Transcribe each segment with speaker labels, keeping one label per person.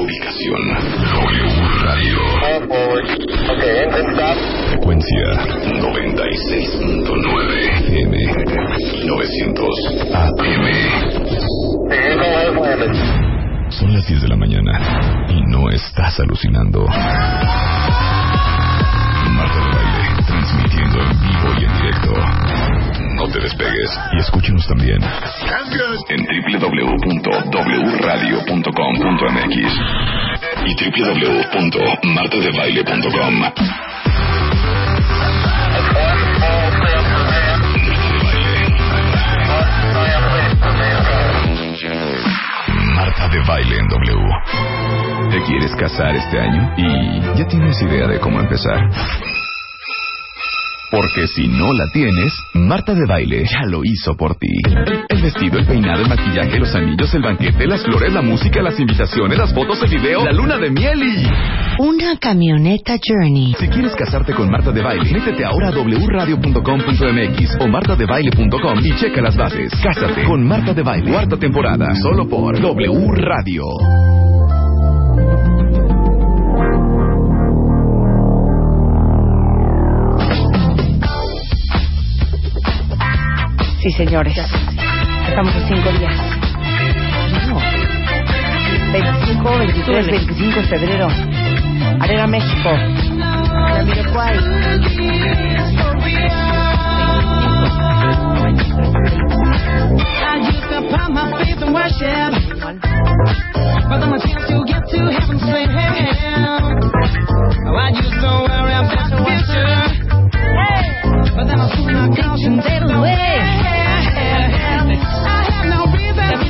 Speaker 1: Ubicación. W Radio. Frecuencia 96.9 M 900 AM. Son las 10 de la mañana y no estás alucinando. Marta de Baile, transmitiendo en vivo y en directo. No te despegues y escúchenos también en www.wradio.com.mx y www.martadebaile.com. Marta de Baile en W. ¿Te quieres casar este año? ¿Y ya tienes idea de cómo empezar? Porque si no la tienes, Marta de Baile ya lo hizo por ti. El vestido, el peinado, el maquillaje, los anillos, el banquete, las flores, la música, las invitaciones, las fotos, el video, la luna de miel y...
Speaker 2: Una camioneta Journey.
Speaker 1: Si quieres casarte con Marta de Baile, métete ahora a wradio.com.mx o martadebaile.com y checa las bases. Cásate con Marta de Baile. Cuarta temporada, solo por W Radio.
Speaker 3: Sí, señores. Estamos a cinco días. No. 25, 23, 25 de febrero. Arena México. Jamiroquai. 25. Güey.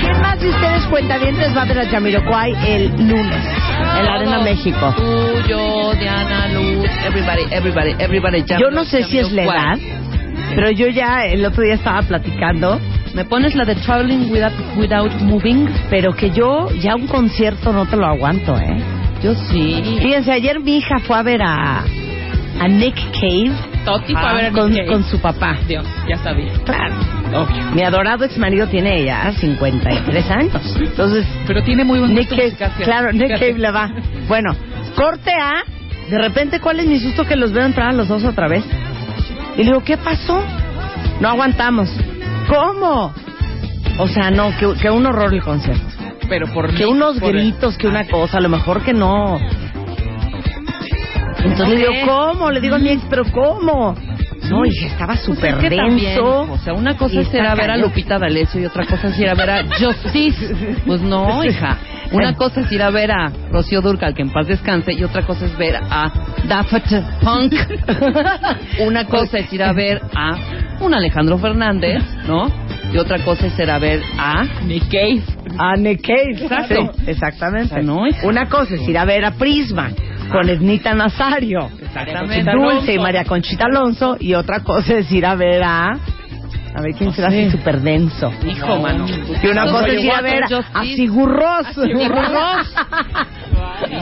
Speaker 3: ¿Quién más de ustedes cuentavientes va a ver a Jamiroquai el lunes en la Arena México?
Speaker 4: Tú, yo, Diana, Luz, everybody, everybody, everybody.
Speaker 3: Yo no sé si es la edad, pero yo ya el otro día estaba platicando,
Speaker 4: ¿Me pones la de Traveling Without, without Moving?
Speaker 3: pero que yo ya un concierto no te lo aguanto, ¿eh?
Speaker 4: Yo sí.
Speaker 3: Fíjense, ayer mi hija fue a ver a, a Nick Cave
Speaker 4: Toti fue
Speaker 3: ah,
Speaker 4: a ver a
Speaker 3: con,
Speaker 4: Nick Cave.
Speaker 3: con su papá.
Speaker 4: Dios, ya sabía.
Speaker 3: Claro. Mi adorado ex marido tiene ya 53 años. Entonces,
Speaker 4: Pero tiene muy buen
Speaker 3: Nick
Speaker 4: gusto
Speaker 3: Cave,
Speaker 4: musical, ¿sí?
Speaker 3: claro, Nick
Speaker 4: Fíjate.
Speaker 3: Cave le va. Bueno, corte A. De repente, ¿cuál es mi susto que los veo entrar a los dos otra vez? Y le digo, ¿qué pasó? No aguantamos. ¿Cómo? O sea, no, que, que un horror el concierto.
Speaker 4: Pero por
Speaker 3: Que
Speaker 4: mí,
Speaker 3: unos
Speaker 4: por el-
Speaker 3: gritos, que una
Speaker 4: Ah,
Speaker 3: cosa, a lo mejor que no. Entonces le digo,
Speaker 4: Ok.
Speaker 3: ¿cómo? Le digo a mi ex, ¿pero cómo? No, y estaba
Speaker 4: pues
Speaker 3: súper
Speaker 4: es que también,
Speaker 3: denso.
Speaker 4: O sea, una cosa
Speaker 3: Y
Speaker 4: es ir
Speaker 3: está
Speaker 4: a Pues ver a
Speaker 3: cañón.
Speaker 4: Lupita D'Alessio y otra cosa es ir a ver a Justice. Pues no, hija. Una cosa es ir a ver a Rocío Durcal, que en paz descanse, y otra cosa es ver a Daft Punk. Una cosa es ir a ver a un Alejandro Fernández, ¿no? Y otra cosa es ir a ver a Nick Cave.
Speaker 3: A Nick Cave.
Speaker 4: Exacto.
Speaker 3: Sí, exactamente.
Speaker 4: O sea, no, hija. Ah.
Speaker 3: Una cosa es ir a ver a Prisma con Esnita Nazario,
Speaker 4: Exactamente.
Speaker 3: Dulce y María Conchita Alonso, y otra cosa es ir a ver a. A ver quién será así súper denso.
Speaker 4: Hijo, mano.
Speaker 3: Y una cosa
Speaker 4: Oye,
Speaker 3: es ir a
Speaker 4: Water
Speaker 3: ver
Speaker 4: Justice.
Speaker 3: a Sigurros.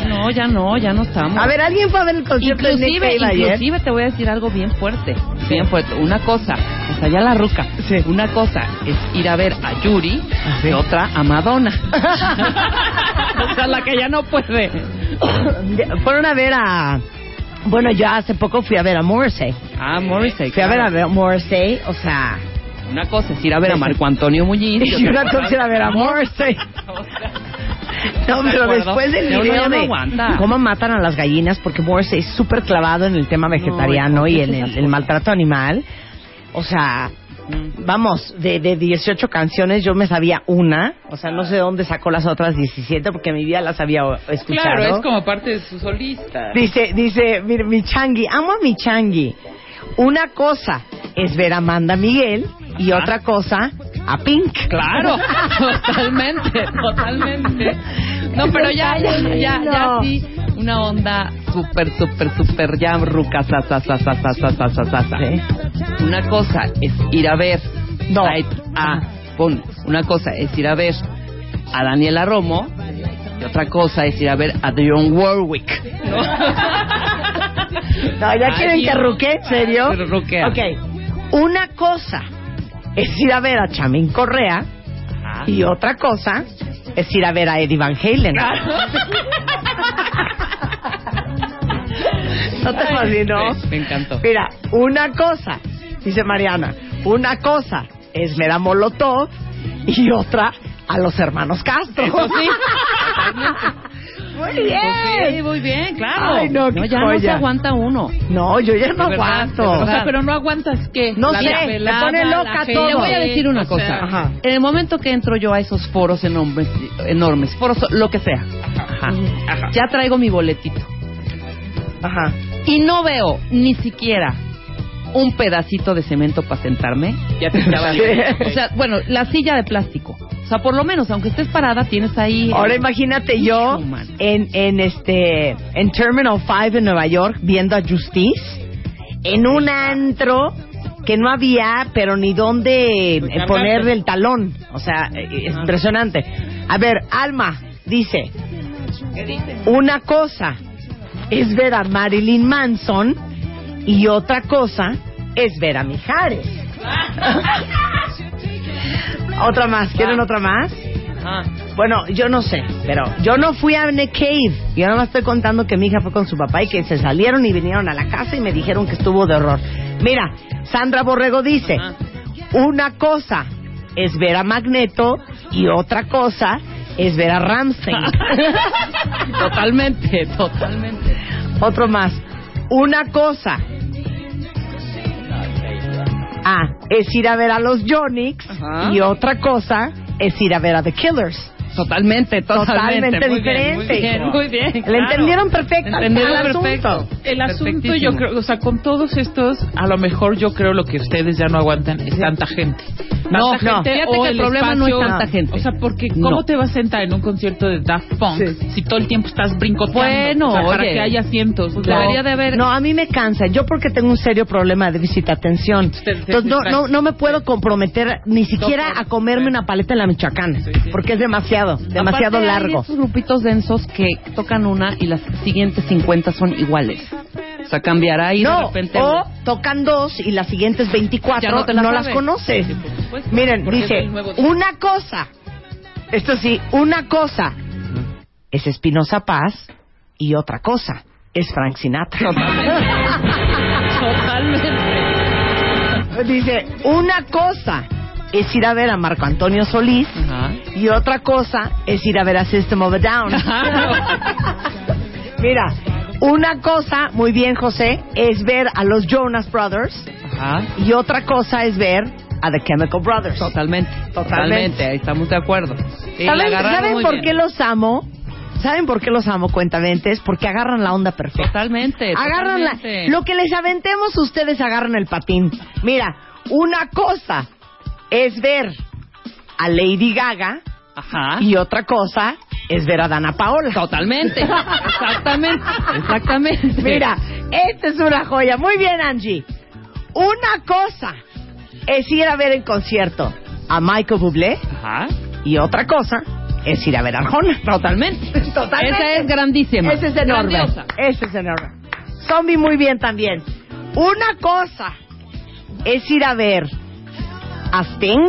Speaker 4: No, ya no, ya no estamos.
Speaker 3: A ver, ¿alguien fue a ver el concierto de Nick
Speaker 4: Inclusive,
Speaker 3: Cave ayer?
Speaker 4: inclusive te voy a decir algo bien fuerte, bien fuerte. Una cosa, está allá la ruca.
Speaker 3: Sí. Ah,
Speaker 4: Una cosa es ir a ver a Yuri
Speaker 3: sí.
Speaker 4: y otra a Madonna. o sea, la que ya no puede.
Speaker 3: Fueron a ver a. Bueno, yo hace poco fui a ver a Morrissey.
Speaker 4: Ah, Morrissey.
Speaker 3: Fui a ver
Speaker 4: claro.
Speaker 3: a Morrissey, o sea.
Speaker 4: Una cosa es ir a ver a Marco Antonio Muñiz.
Speaker 3: Y una cosa era ver a Morrissey. No, pero
Speaker 4: acuerdo.
Speaker 3: después del
Speaker 4: Ya uno
Speaker 3: video
Speaker 4: ya no
Speaker 3: de
Speaker 4: aguanta.
Speaker 3: cómo matan a las gallinas, porque Morse es súper clavado en el tema vegetariano
Speaker 4: No,
Speaker 3: y
Speaker 4: ¿qué es
Speaker 3: en
Speaker 4: esa
Speaker 3: el, el
Speaker 4: cosa?
Speaker 3: maltrato animal. O sea,
Speaker 4: Mm.
Speaker 3: vamos, de, de 18 canciones yo me sabía una. O sea, no sé dónde sacó las otras 17 porque mi vida las había o- escuchado.
Speaker 5: Claro, es como parte de su solista.
Speaker 3: Dice, dice, mire, mi changui, amo a mi changui. Una cosa es ver a Amanda Miguel y
Speaker 4: Ajá.
Speaker 3: otra cosa a Pink.
Speaker 4: Claro, totalmente, totalmente. No, pero ya, ya, ya, ya
Speaker 3: No.
Speaker 4: sí, una onda súper, súper, súper ya ruca, sa, sa, sa, sa, sa, sa, sa, sa, sa, sa. ¿eh?
Speaker 3: Sí.
Speaker 4: Una cosa es ir a ver
Speaker 3: No.
Speaker 4: a, a- pon, una cosa es ir a ver a Daniela Romo y otra cosa es ir a ver a Dionne Warwick. ¿no?
Speaker 3: No, ya quieren
Speaker 4: Ay,
Speaker 3: que ruque, ¿en serio?
Speaker 4: Pero ruquea.
Speaker 3: Ok. Una cosa es ir a ver a Chamín Correa
Speaker 4: Ajá.
Speaker 3: y otra cosa es ir a ver a Eddie Van Halen. ¿No te fascinó?
Speaker 4: Me, me encantó.
Speaker 3: Mira, una cosa, dice Mariana, una cosa es ver a Molotov y otra a los hermanos Castro.
Speaker 4: Eso sí.
Speaker 3: Muy bien.
Speaker 4: Pues sí, muy bien, claro.
Speaker 3: Ay, no, qué
Speaker 4: ya no se
Speaker 3: joya.
Speaker 4: aguanta uno.
Speaker 3: No, yo ya no
Speaker 4: De verdad,
Speaker 3: aguanto.
Speaker 4: de
Speaker 5: O sea,
Speaker 4: verdad.
Speaker 5: pero no aguantas qué.
Speaker 3: No
Speaker 5: La
Speaker 3: sé, me
Speaker 5: velada,
Speaker 3: pone
Speaker 5: la
Speaker 3: loca
Speaker 5: gente,
Speaker 3: todo.
Speaker 4: Le voy a decir una
Speaker 5: o
Speaker 4: cosa.
Speaker 5: sea,
Speaker 3: ajá.
Speaker 4: En el momento que entro yo a esos foros enormes, enormes foros, lo que sea, ajá,
Speaker 5: Ajá.
Speaker 4: ya traigo mi boletito.
Speaker 3: Ajá.
Speaker 4: Y no veo ni siquiera un pedacito de cemento para sentarme.
Speaker 5: Ya te estaba
Speaker 4: O sea, bueno, la silla de plástico. O sea, por lo menos, aunque estés parada, tienes ahí...
Speaker 3: Ahora imagínate yo
Speaker 4: Hijo, man.
Speaker 3: en, en este en Terminal 5 en Nueva York viendo a Justice en un antro que no había pero ni dónde eh,
Speaker 5: Pues,
Speaker 3: poner
Speaker 5: cargarte.
Speaker 3: el talón, o sea, eh, es impresionante. A ver, Alma dice, una cosa es ver a Marilyn Manson y otra cosa es ver a Mijares. otra más, ¿quieren otra más?
Speaker 4: Ajá.
Speaker 3: Bueno, yo no sé, pero yo no fui a Nick Cave. Yo nada más estoy contando que mi hija fue con su papá y que se salieron y vinieron a la casa y me dijeron que estuvo de horror. Mira, Sandra Borrego dice,
Speaker 4: Ajá.
Speaker 3: una cosa es ver a Magneto y otra cosa es ver a Ramstein.
Speaker 4: Totalmente, totalmente.
Speaker 3: Otro más. Una cosa. Ah, es ir a ver a los Jonix
Speaker 4: Ajá.
Speaker 3: y otra cosa es ir a ver a The Killers.
Speaker 4: Totalmente, totalmente.
Speaker 3: Totalmente
Speaker 4: Muy
Speaker 3: diferente,
Speaker 4: Bien,
Speaker 3: hijo.
Speaker 4: muy bien, muy bien,
Speaker 3: Le
Speaker 4: claro.
Speaker 3: entendieron perfecto.
Speaker 4: Le entendieron
Speaker 3: al
Speaker 4: perfecto.
Speaker 3: asunto.
Speaker 5: El asunto, yo
Speaker 4: Perfectísimo.
Speaker 5: creo, o sea, con todos estos, a lo mejor yo creo lo que ustedes ya no aguantan es tanta gente. Tanta
Speaker 4: No, no.
Speaker 5: gente
Speaker 4: Fíjate
Speaker 5: o
Speaker 4: que el problema no es tanta gente.
Speaker 5: O sea, porque ¿cómo
Speaker 4: No.
Speaker 5: te vas a sentar en un concierto de Daft Punk
Speaker 3: Sí.
Speaker 5: si todo el tiempo estás brincoteando?
Speaker 4: Bueno,
Speaker 5: O sea, para
Speaker 4: oye.
Speaker 5: que haya asientos.
Speaker 4: Pues debería de haber-
Speaker 3: No, a mí me cansa. Yo porque tengo un serio problema de visita atención. Entonces no, no, no me puedo comprometer ni siquiera a comerme una paleta en la michoacana. Porque es demasiado, demasiado
Speaker 4: Aparte, hay
Speaker 3: largo.
Speaker 4: estos grupitos densos que tocan una y las siguientes 50 son iguales. O sea, cambiará y de
Speaker 3: No,
Speaker 4: repente...
Speaker 3: o tocan dos y las siguientes 24
Speaker 4: Ya no
Speaker 3: no,
Speaker 4: te las
Speaker 3: las
Speaker 4: sabes.
Speaker 3: conoces.
Speaker 5: Sí, por supuesto,
Speaker 3: Miren,
Speaker 5: porque es
Speaker 3: dice,
Speaker 5: el nuevo disco.
Speaker 3: una cosa, esto sí, una cosa es Espinosa Paz y otra cosa es Frank Sinatra.
Speaker 4: Totalmente.
Speaker 3: Dice, una cosa es ir a ver a Marco Antonio Solís
Speaker 4: Ajá.
Speaker 3: y otra cosa es ir a ver a System of a Down. Mira, una cosa, muy bien José, es ver a los Jonas Brothers
Speaker 4: Ajá.
Speaker 3: y otra cosa es ver a The Chemical Brothers.
Speaker 4: Totalmente. Totalmente. ahí Estamos de acuerdo. Sí, la
Speaker 3: ¿Saben,
Speaker 4: agarraron
Speaker 3: saben
Speaker 4: muy
Speaker 3: por
Speaker 4: bien.
Speaker 3: qué los amo? ¿Saben por qué los amo, cuentaventes? Porque agarran la onda perfecta.
Speaker 4: Totalmente.
Speaker 3: Agarran la-
Speaker 4: totalmente.
Speaker 3: Lo que les aventemos, ustedes agarran el patín. Mira, una cosa es ver a Lady Gaga
Speaker 4: Ajá.
Speaker 3: y otra cosa es ver a Dana Paola.
Speaker 4: Totalmente. Exactamente. Exactamente.
Speaker 3: Mira, esta es una joya. Muy bien, Angie. Una cosa es ir a ver en concierto a Michael Bublé
Speaker 4: Ajá.
Speaker 3: y otra cosa es ir a ver a Arjona.
Speaker 4: Totalmente.
Speaker 3: Totalmente.
Speaker 4: Esa es grandísima.
Speaker 3: Ese es enorme.
Speaker 4: Grandiosa.
Speaker 3: Ese es enorme. Zombie muy bien también. Una cosa es ir a ver a Sting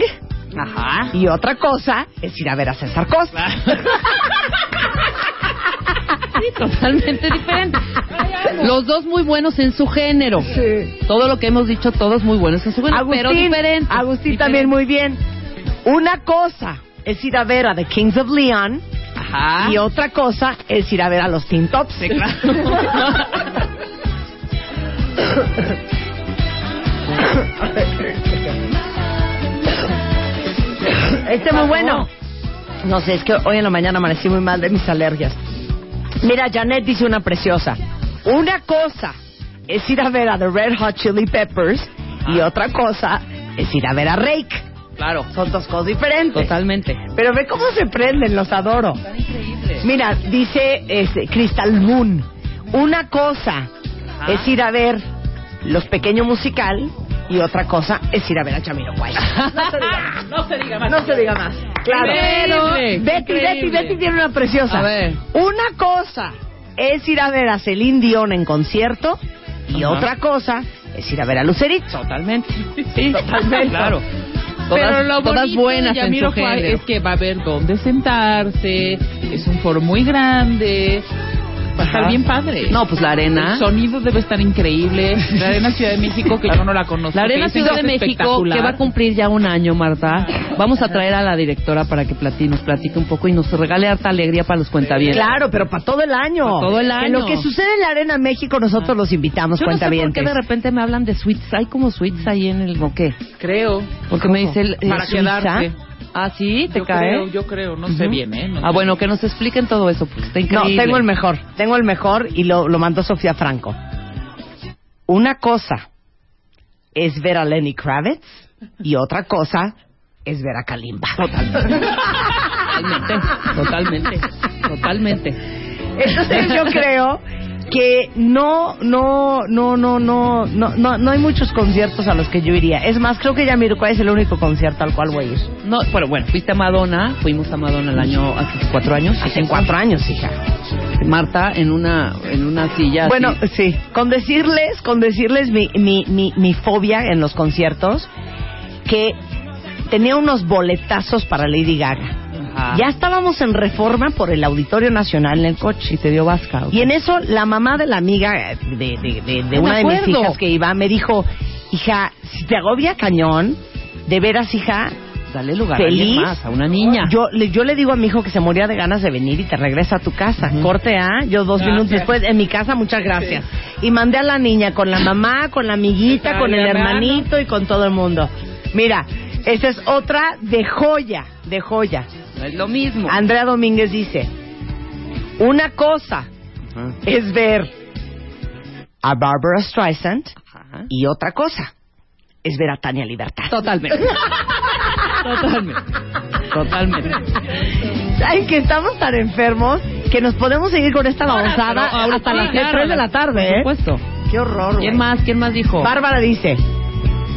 Speaker 4: Ajá.
Speaker 3: y otra cosa es ir a ver a César Costa.
Speaker 4: Totalmente diferente. Los dos muy buenos en su género. Todo lo que hemos dicho, todos muy buenos en su género,
Speaker 3: Agustín,
Speaker 4: pero diferentes.
Speaker 3: Agustín
Speaker 4: Diferentes.
Speaker 3: también muy bien. Una cosa es ir a ver a The Kings of Leon
Speaker 4: Ajá.
Speaker 3: Y otra cosa es ir a ver a los Teen Tops. Este es muy bueno. No sé, es que hoy en la mañana amanecí muy mal de mis alergias. Mira, Janet dice una preciosa. Una cosa es ir a ver a The Red Hot Chili Peppers y otra cosa es ir a ver a Rake.
Speaker 4: Claro,
Speaker 3: Son dos cosas diferentes.
Speaker 4: totalmente.
Speaker 3: Pero ve cómo se prenden, los adoro.
Speaker 4: Increíble.
Speaker 3: Mira, dice este, Crystal Moon, una cosa
Speaker 4: Ajá.
Speaker 3: es ir a ver Los Pequeños Musical y otra cosa es ir a ver a Jamiroquai.
Speaker 5: No se diga más.
Speaker 3: No se diga más. Claro.
Speaker 4: Increíble,
Speaker 3: Pero Betty, Betty,
Speaker 4: increíble.
Speaker 3: Betty tiene una preciosa.
Speaker 4: A ver.
Speaker 3: Una cosa es ir a ver a Celine Dion en concierto y
Speaker 5: Ajá.
Speaker 3: otra cosa es ir a ver a Lucerito.
Speaker 4: Totalmente.
Speaker 5: Sí, totalmente.
Speaker 4: Claro.
Speaker 5: Pero
Speaker 4: Todas-
Speaker 5: lo
Speaker 4: todas
Speaker 5: bonito
Speaker 4: buenas
Speaker 5: de
Speaker 4: en su
Speaker 5: Jamiroquai
Speaker 4: género.
Speaker 5: es que va a haber dónde sentarse, es un foro muy grande, va a estar
Speaker 4: Ajá.
Speaker 5: bien padre.
Speaker 4: No, pues la arena.
Speaker 5: El sonido debe estar increíble. La Arena Ciudad de México, que yo no la conozco.
Speaker 4: La Arena
Speaker 5: que dicen
Speaker 4: Ciudad
Speaker 5: que
Speaker 4: de
Speaker 5: es
Speaker 4: México,
Speaker 5: espectacular.
Speaker 4: que va a cumplir ya un año, Marta. Vamos a traer a la directora para que plati- nos platique un poco y nos regale harta alegría para los cuentavientes.
Speaker 3: Claro, pero para todo el año.
Speaker 4: Para todo el
Speaker 3: Que
Speaker 4: año.
Speaker 3: lo que sucede en la Arena México, nosotros los invitamos,
Speaker 4: Yo no sé por qué
Speaker 3: cuentavientes.
Speaker 4: de repente me hablan de suites. ¿Hay como suites ahí en el o qué?
Speaker 5: Creo.
Speaker 4: Porque me dice el, eh,
Speaker 5: Para
Speaker 4: Suiza.
Speaker 5: quedarte.
Speaker 4: Ah, sí, te
Speaker 5: yo
Speaker 4: cae.
Speaker 5: creo, yo creo, no sé
Speaker 4: Ujú.
Speaker 5: bien, ¿eh? No
Speaker 4: ah,
Speaker 5: sé.
Speaker 4: bueno, que nos expliquen todo eso, porque está
Speaker 3: No,
Speaker 4: increíble.
Speaker 3: tengo el mejor. Tengo el mejor y lo, lo mandó Sofía Franco. Una cosa es ver a Lenny Kravitz y otra cosa es ver a Kalimba.
Speaker 4: Totalmente, totalmente, totalmente.
Speaker 3: Entonces yo creo que no, no, no, no, no, no, no, no hay muchos conciertos a los que yo iría. Es más, creo que Yamiroquai es el único concierto al cual voy a ir.
Speaker 4: No, pero bueno, fuiste a Madonna, fuimos a Madonna el año, hace cuatro años.
Speaker 3: Hace cuatro años, hija.
Speaker 4: Marta en una, en una silla. así.
Speaker 3: Bueno, sí. Con decirles, con decirles mi, mi, mi, mi fobia en los conciertos, que tenía unos boletazos para Lady Gaga.
Speaker 4: Ajá.
Speaker 3: Ya estábamos en reforma por el Auditorio Nacional en el coche.
Speaker 4: Y te dio vasca. ok.
Speaker 3: Y en eso la mamá de la amiga eh, de, de- de- de
Speaker 4: Me
Speaker 3: una de mis
Speaker 4: acuerdo.
Speaker 3: hijas que iba me dijo, hija, si te agobia cañón, de veras hija,
Speaker 4: Dale lugar a
Speaker 3: feliz.
Speaker 4: alguien más, a una niña.
Speaker 3: Yo le, yo le digo a mi hijo que se moría de ganas de venir y te regresa a tu casa.
Speaker 4: Ujú.
Speaker 3: Corte A, yo dos
Speaker 5: Gracias.
Speaker 3: minutos después en mi casa, muchas gracias. Y mandé a la niña con la mamá, con la amiguita,
Speaker 5: Está
Speaker 3: con el
Speaker 5: bien,
Speaker 3: hermanito y con todo el mundo. Mira, esa es otra de joya, de joya.
Speaker 4: Es lo mismo.
Speaker 3: Andrea Domínguez dice, una cosa
Speaker 4: Ajá.
Speaker 3: es ver a Barbara Streisand
Speaker 4: Ajá.
Speaker 3: y otra cosa es ver a Tania Libertad.
Speaker 4: Totalmente. Totalmente. Totalmente.
Speaker 3: Ay, que estamos tan enfermos que nos podemos seguir con esta babosada
Speaker 4: Pero ahorita-
Speaker 3: hasta
Speaker 4: Sí,
Speaker 3: las
Speaker 4: claro,
Speaker 3: 3 de la tarde, ¿eh?
Speaker 4: Por supuesto.
Speaker 3: Qué horror, güey.
Speaker 4: ¿Quién más? ¿Quién más dijo?
Speaker 3: Bárbara dice,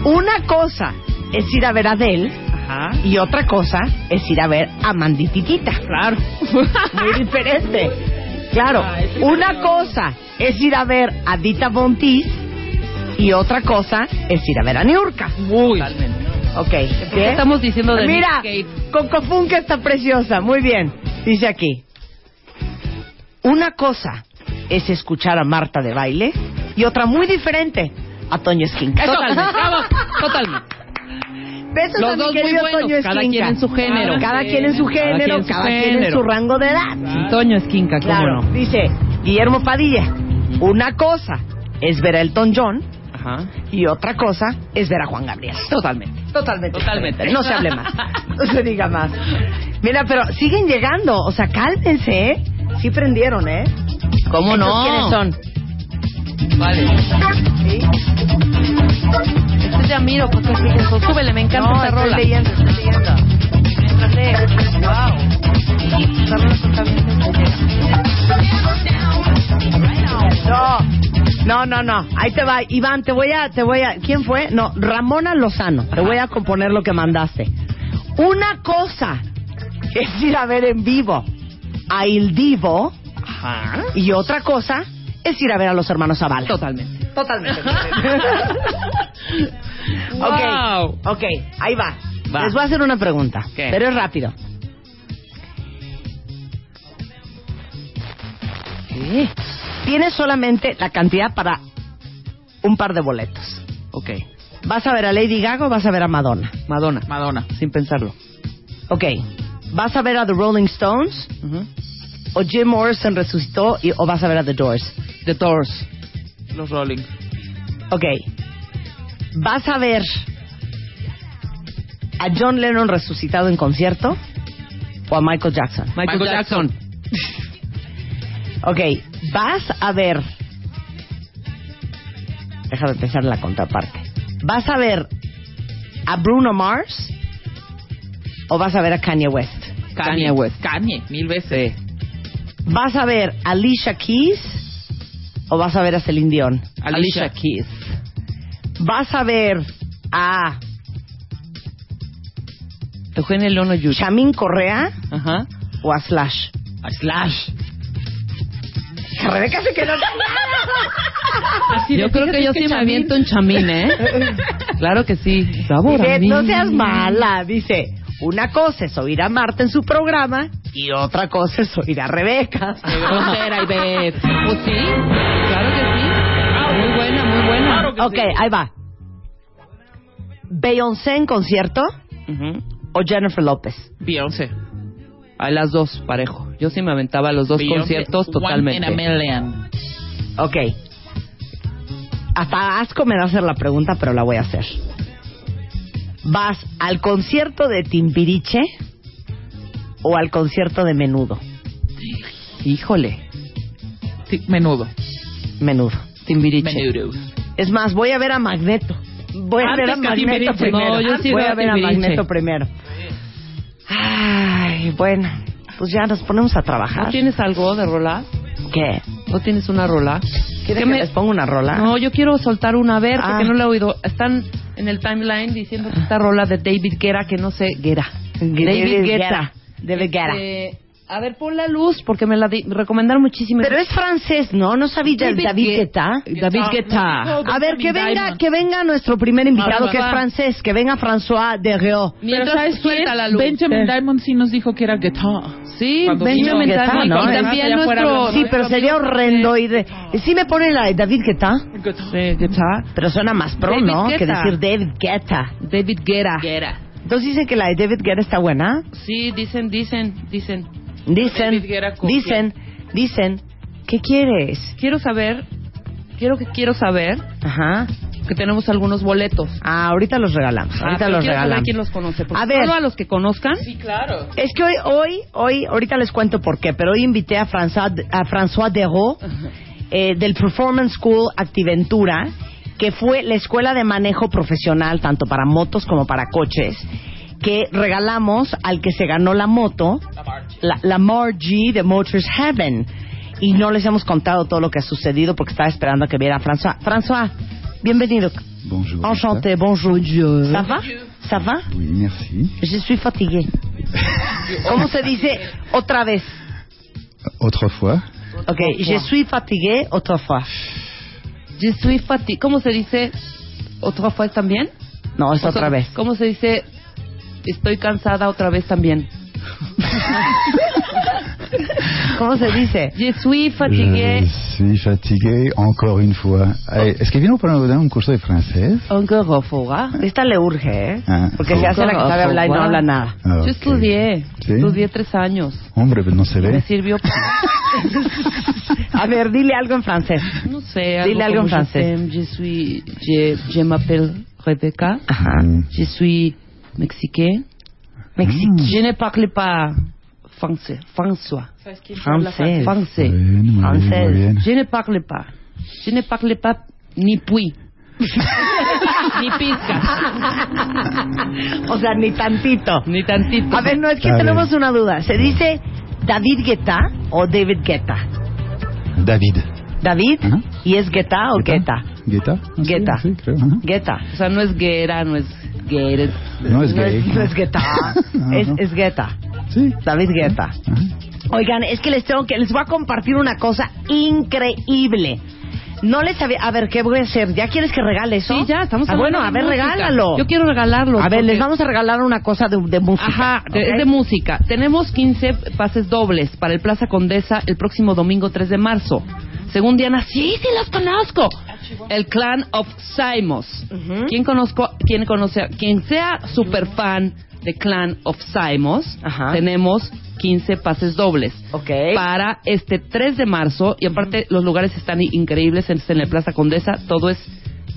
Speaker 3: una cosa es ir a ver a Adele
Speaker 4: Ajá.
Speaker 3: y otra cosa es ir a ver a Mandititita.
Speaker 4: Claro.
Speaker 3: Muy diferente. Claro,
Speaker 5: Ah, es que
Speaker 3: una
Speaker 5: sí.
Speaker 3: cosa es ir a ver a Dita Bontis y otra cosa es ir a ver a Niurka.
Speaker 5: Uy.
Speaker 4: Totalmente.
Speaker 3: Ok.
Speaker 4: ¿Por qué estamos diciendo de
Speaker 3: Mira,
Speaker 4: Nick Cave?
Speaker 3: Cocofunke está preciosa, muy bien. Dice aquí. Una cosa es escuchar a Marta de baile y otra muy diferente a Toño Esquinca.
Speaker 4: Totalmente. Bravo. Totalmente.
Speaker 3: Besos
Speaker 4: Los
Speaker 3: a mi
Speaker 4: dos muy
Speaker 3: querido
Speaker 4: buenos,
Speaker 3: Toño
Speaker 4: cada
Speaker 3: Esquinca.
Speaker 4: quien en su género.
Speaker 3: Cada quien en su
Speaker 4: Cada
Speaker 3: género, cada quien en su,
Speaker 4: género.
Speaker 3: rango de edad.
Speaker 4: Antonio Esquinca, cómo
Speaker 3: Claro,
Speaker 4: no.
Speaker 3: dice Guillermo Padilla. Una cosa es ver a Elton John
Speaker 4: Ajá.
Speaker 3: y otra cosa es ver a Juan Gabriel.
Speaker 4: Totalmente.
Speaker 3: Totalmente.
Speaker 4: Totalmente.
Speaker 3: No se hable más. No se diga más. Mira, pero siguen llegando. O sea, cálmense, ¿eh? Sí prendieron, ¿eh?
Speaker 4: ¿Cómo
Speaker 3: ¿Esos
Speaker 4: no?
Speaker 3: ¿Quiénes son?
Speaker 4: Vale. Este es Yamiro, porque es eso. Súbele, me encanta
Speaker 3: no,
Speaker 4: esta
Speaker 3: estoy
Speaker 4: rola.
Speaker 3: leyendo, estoy leyendo. Mientras leo. No, no, no, no. Ahí te va, Iván. Te voy a, te voy a. ¿Quién fue? No, Ramona Lozano. Te voy a componer lo que mandaste. Una cosa es ir a ver en vivo a Il Divo
Speaker 4: Ajá.
Speaker 3: y otra cosa es ir a ver a los hermanos Zavala.
Speaker 4: Totalmente.
Speaker 3: Totalmente.
Speaker 4: Wow.
Speaker 3: Ok, ok, ahí va.
Speaker 4: Va.
Speaker 3: Les voy a hacer una pregunta,
Speaker 4: ¿Qué?
Speaker 3: pero es rápido.
Speaker 4: ¿Qué?
Speaker 3: Tienes solamente la cantidad para un par de boletos.
Speaker 4: Ok.
Speaker 3: ¿Vas a ver a Lady Gaga o vas a ver a Madonna?
Speaker 4: Madonna.
Speaker 5: Madonna.
Speaker 4: Sin pensarlo.
Speaker 3: Ok, ¿Vas a ver a The Rolling Stones? ¿O Jim Morrison resucitó? y- ¿O vas a ver a The Doors?
Speaker 4: The Doors.
Speaker 5: Los Rolling.
Speaker 3: Ok. ¿Vas a ver a John Lennon resucitado en concierto? ¿O a Michael Jackson?
Speaker 4: Michael,
Speaker 5: Michael
Speaker 4: Jackson.
Speaker 3: Ok, vas a ver. Déjame pensar en la contraparte. ¿Vas a ver a Bruno Mars o vas a ver a Kanye West?
Speaker 4: Kanye West.
Speaker 5: Kanye, mil veces.
Speaker 3: ¿Vas a ver a Alicia Keys o vas a ver a Celine Dion?
Speaker 5: Alicia.
Speaker 4: Keys.
Speaker 3: ¿Vas a ver a
Speaker 4: Eugenio Lono Yush.
Speaker 3: Shamin Correa
Speaker 4: Ajá.
Speaker 3: o a Slash?
Speaker 4: Ah,
Speaker 5: Slash.
Speaker 3: Rebeca se quedó.
Speaker 5: Ah,
Speaker 4: yo creo que yo sí me aviento en chamín, ¿eh? claro que sí.
Speaker 3: Dice, no seas mala, dice. Una cosa es oír a Marta en su programa y otra cosa es oír a Rebeca.
Speaker 4: Qué grosera, Ivette. Pues sí, claro que sí.
Speaker 5: Ah,
Speaker 4: muy buena, muy buena.
Speaker 3: Ok, ahí va. Beyoncé en concierto
Speaker 4: Ujú.
Speaker 3: o Jennifer López.
Speaker 5: Beyoncé.
Speaker 4: A las dos, parejo. Yo sí me aventaba a los dos
Speaker 5: Beyoncé,
Speaker 4: conciertos
Speaker 5: One in a
Speaker 4: totalmente.
Speaker 5: million.
Speaker 3: Ok. Hasta asco me da hacer la pregunta, pero la voy a hacer. ¿Vas al concierto de Timbiriche o al concierto de Menudo?
Speaker 4: Híjole,
Speaker 5: Sí, menudo.
Speaker 3: Menudo.
Speaker 4: Timbiriche.
Speaker 5: Menudo.
Speaker 3: Es más, voy a ver a Magneto. Voy a
Speaker 5: Antes
Speaker 3: ver a
Speaker 5: que a
Speaker 3: Magneto
Speaker 5: Timbiriche.
Speaker 3: primero.
Speaker 4: No, yo sí
Speaker 3: voy
Speaker 4: veo
Speaker 3: a
Speaker 4: a
Speaker 3: ver a
Speaker 4: Timbiriche.
Speaker 3: Magneto primero. Ay, bueno, pues ya nos ponemos a
Speaker 4: ¿No
Speaker 3: trabajar.
Speaker 4: tienes algo de rola?
Speaker 3: ¿Qué?
Speaker 4: ¿No tienes una rola?
Speaker 3: ¿Quieres que
Speaker 4: me-
Speaker 3: les ponga una rola?
Speaker 4: No, yo quiero soltar una, a ver,
Speaker 3: Ah.
Speaker 4: porque no la he oído. Están en el timeline diciendo que esta rola de David Guerra, que no sé, Guerra.
Speaker 3: David
Speaker 4: David
Speaker 3: Guetta.
Speaker 4: Guetta.
Speaker 3: David Guetta.
Speaker 4: Eh, a ver, pon la luz, porque me la di- recomendaron muchísimo.
Speaker 3: Pero es francés, ¿no? ¿No sabía David,
Speaker 4: Gue-
Speaker 3: Guetta?
Speaker 4: David Guetta.
Speaker 3: A ver, que venga, que venga nuestro primer invitado
Speaker 4: Ah,
Speaker 3: que es
Speaker 4: va.
Speaker 3: francés, que venga François Derriot.
Speaker 4: Mientras suelta la luz.
Speaker 5: Benjamin Diamond sí nos dijo que era guitar.
Speaker 4: Sí,
Speaker 5: Cuando
Speaker 4: Benjamin
Speaker 3: vino
Speaker 4: Tarrant,
Speaker 3: Guetta, ¿no?
Speaker 4: Y también
Speaker 5: Allá afuera
Speaker 4: nuestro...
Speaker 5: hablando.
Speaker 3: Sí, pero sería horrendo y de... ¿Sí me pone la de David Guetta?
Speaker 4: Sí, Ah. Guetta.
Speaker 3: Pero suena más pro,
Speaker 4: David
Speaker 3: ¿no? Que
Speaker 4: Guetta.
Speaker 3: decir David Guetta.
Speaker 4: David Guerra.
Speaker 3: Entonces dicen que la de David Guetta está buena.
Speaker 4: Sí, dicen, dicen, dicen.
Speaker 3: Dicen,
Speaker 5: David Guetta con
Speaker 3: dicen, dicen. ¿Qué quieres?
Speaker 4: Quiero saber, quiero que quiero saber
Speaker 3: Ajá.
Speaker 4: que tenemos algunos boletos.
Speaker 3: Ah, ahorita los regalamos.
Speaker 4: Ah,
Speaker 3: Ahorita
Speaker 4: pero
Speaker 3: los
Speaker 4: quiero saber
Speaker 3: regalamos.
Speaker 4: quién los conoce. porque
Speaker 3: A ver.
Speaker 4: Solo a los que conozcan.
Speaker 5: Sí, claro.
Speaker 3: Es que hoy, hoy, hoy, ahorita les cuento por qué, pero hoy invité a François, a François Derot eh, del Performance School Activentura, que fue la escuela de manejo profesional tanto para motos como para coches, que regalamos al que se ganó la moto, la, la Margie de Motors Heaven. Y no les hemos contado todo lo que ha sucedido porque estaba esperando a que viera a François. François, bienvenido.
Speaker 6: Bonjour.
Speaker 3: Enchanté, bonjour. Ça va? Ça va?
Speaker 6: Oui, merci.
Speaker 3: Je suis fatigué. ¿Cómo se dice otra vez?
Speaker 6: Autrefois,
Speaker 3: Ok, je suis fatigué otra fois.
Speaker 4: Je suis fati- ¿Cómo se dice? ¿Otra vez también?
Speaker 3: No, es otra vez.
Speaker 4: ¿Cómo se dice? Estoy cansada otra vez también.
Speaker 3: ¿Cómo se dice?
Speaker 4: Je suis
Speaker 6: je
Speaker 4: fatiguée.
Speaker 6: suis fatigué encore une fois. Eh, Est-ce que vino para dar un curso de francés?
Speaker 4: Encore au revoir.
Speaker 3: Esta le urge, ¿eh?
Speaker 6: Ah.
Speaker 3: Porque se hace la que sabe hablar y no habla nada.
Speaker 6: Ah, ok.
Speaker 4: Yo estudié.
Speaker 6: ¿Sí?
Speaker 4: Estudié tres años.
Speaker 6: Hombre, pues no se
Speaker 4: Me
Speaker 6: ve.
Speaker 4: sirvió.
Speaker 3: A ver, dile algo en francés.
Speaker 4: No sé.
Speaker 3: Dile algo en
Speaker 4: como
Speaker 3: francés.
Speaker 4: Je, t'aime, je suis. Je, je m'appelle Rebecca.
Speaker 3: Ajá.
Speaker 6: Mm.
Speaker 4: Je suis mexicaine.
Speaker 3: Mexiquí.
Speaker 4: Je ne parle pas français. François.
Speaker 3: Francés.
Speaker 4: Français.
Speaker 6: Bien, muy bien,
Speaker 3: Francés.
Speaker 6: muy bien.
Speaker 4: Je ne parle pas. Je ne parle pas ni puis. ni pizca.
Speaker 3: O sea, ni tantito.
Speaker 4: Ni tantito.
Speaker 3: A ver, no, es que
Speaker 6: Está bien.
Speaker 3: tenemos una duda. ¿Se dice David Guetta o David Guetta?
Speaker 6: David.
Speaker 3: ¿David?
Speaker 6: Ajá.
Speaker 3: ¿Y es Guetta o Oh, Guetta?
Speaker 6: Guetta? Ah, sí,
Speaker 3: Guetta.
Speaker 6: sí, creo, ajá.
Speaker 3: Guetta.
Speaker 4: O sea, no es guerra, no es guerra.
Speaker 6: No es
Speaker 3: No
Speaker 6: gay.
Speaker 3: es, no es Guetta.
Speaker 6: No,
Speaker 3: es,
Speaker 6: no.
Speaker 3: es Guetta.
Speaker 6: Sí.
Speaker 3: David Guetta.
Speaker 6: Ajá.
Speaker 3: Oigan, es que les tengo que les voy a compartir una cosa increíble. No les había, a ver qué voy a hacer. ¿Ya quieres que regale eso?
Speaker 4: Sí, ya, estamos
Speaker 3: Ah,
Speaker 4: hablando
Speaker 3: bueno,
Speaker 4: de
Speaker 3: a ver,
Speaker 4: música.
Speaker 3: regálalo.
Speaker 4: Yo quiero regalarlo.
Speaker 3: A ver,
Speaker 4: porque-
Speaker 3: les vamos a regalar una cosa de, de música.
Speaker 4: Ajá, de-
Speaker 3: ¿ok?
Speaker 4: es de música. Tenemos 15 pases dobles para el Plaza Condesa el próximo domingo 3 de marzo. Según Diana, sí, sí las conozco. El Clan of Simos.
Speaker 3: Ujú.
Speaker 4: ¿Quién conozco? ¿Quién conoce? a- Quien sea super fan The Clan of Simos,
Speaker 3: Ajá.
Speaker 4: tenemos 15 pases dobles
Speaker 3: Ok.
Speaker 4: para este 3 de marzo. Y aparte, los lugares están i- increíbles. Es en la Plaza Condesa. Todo es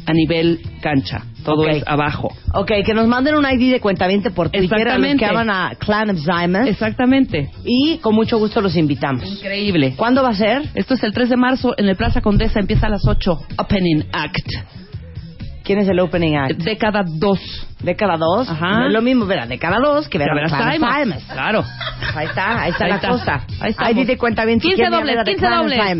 Speaker 4: a nivel cancha. Todo
Speaker 3: Ok.
Speaker 4: es abajo.
Speaker 3: ok, que nos manden un ID de cuenta por Twitter a los que
Speaker 4: Exactamente.
Speaker 3: aman a Clan of Diamonds.
Speaker 4: Exactamente.
Speaker 3: Y con mucho gusto los invitamos.
Speaker 4: Increíble.
Speaker 3: ¿Cuándo va a ser?
Speaker 4: Esto es el 3 de marzo en la Plaza Condesa. Empieza a las 8. Opening Act.
Speaker 3: ¿Quién es el opening act?
Speaker 4: Década 2.
Speaker 3: Década 2.
Speaker 4: Ajá.
Speaker 3: No es lo mismo ver a Década 2 que ver a Clan of Diamonds.
Speaker 4: Claro.
Speaker 3: Ahí está, ahí está
Speaker 4: Ahí
Speaker 3: la
Speaker 4: está.
Speaker 3: cosa.
Speaker 4: Ahí está.
Speaker 3: Ahí di de cuenta bien.
Speaker 4: 15 dobles, 15 dobles.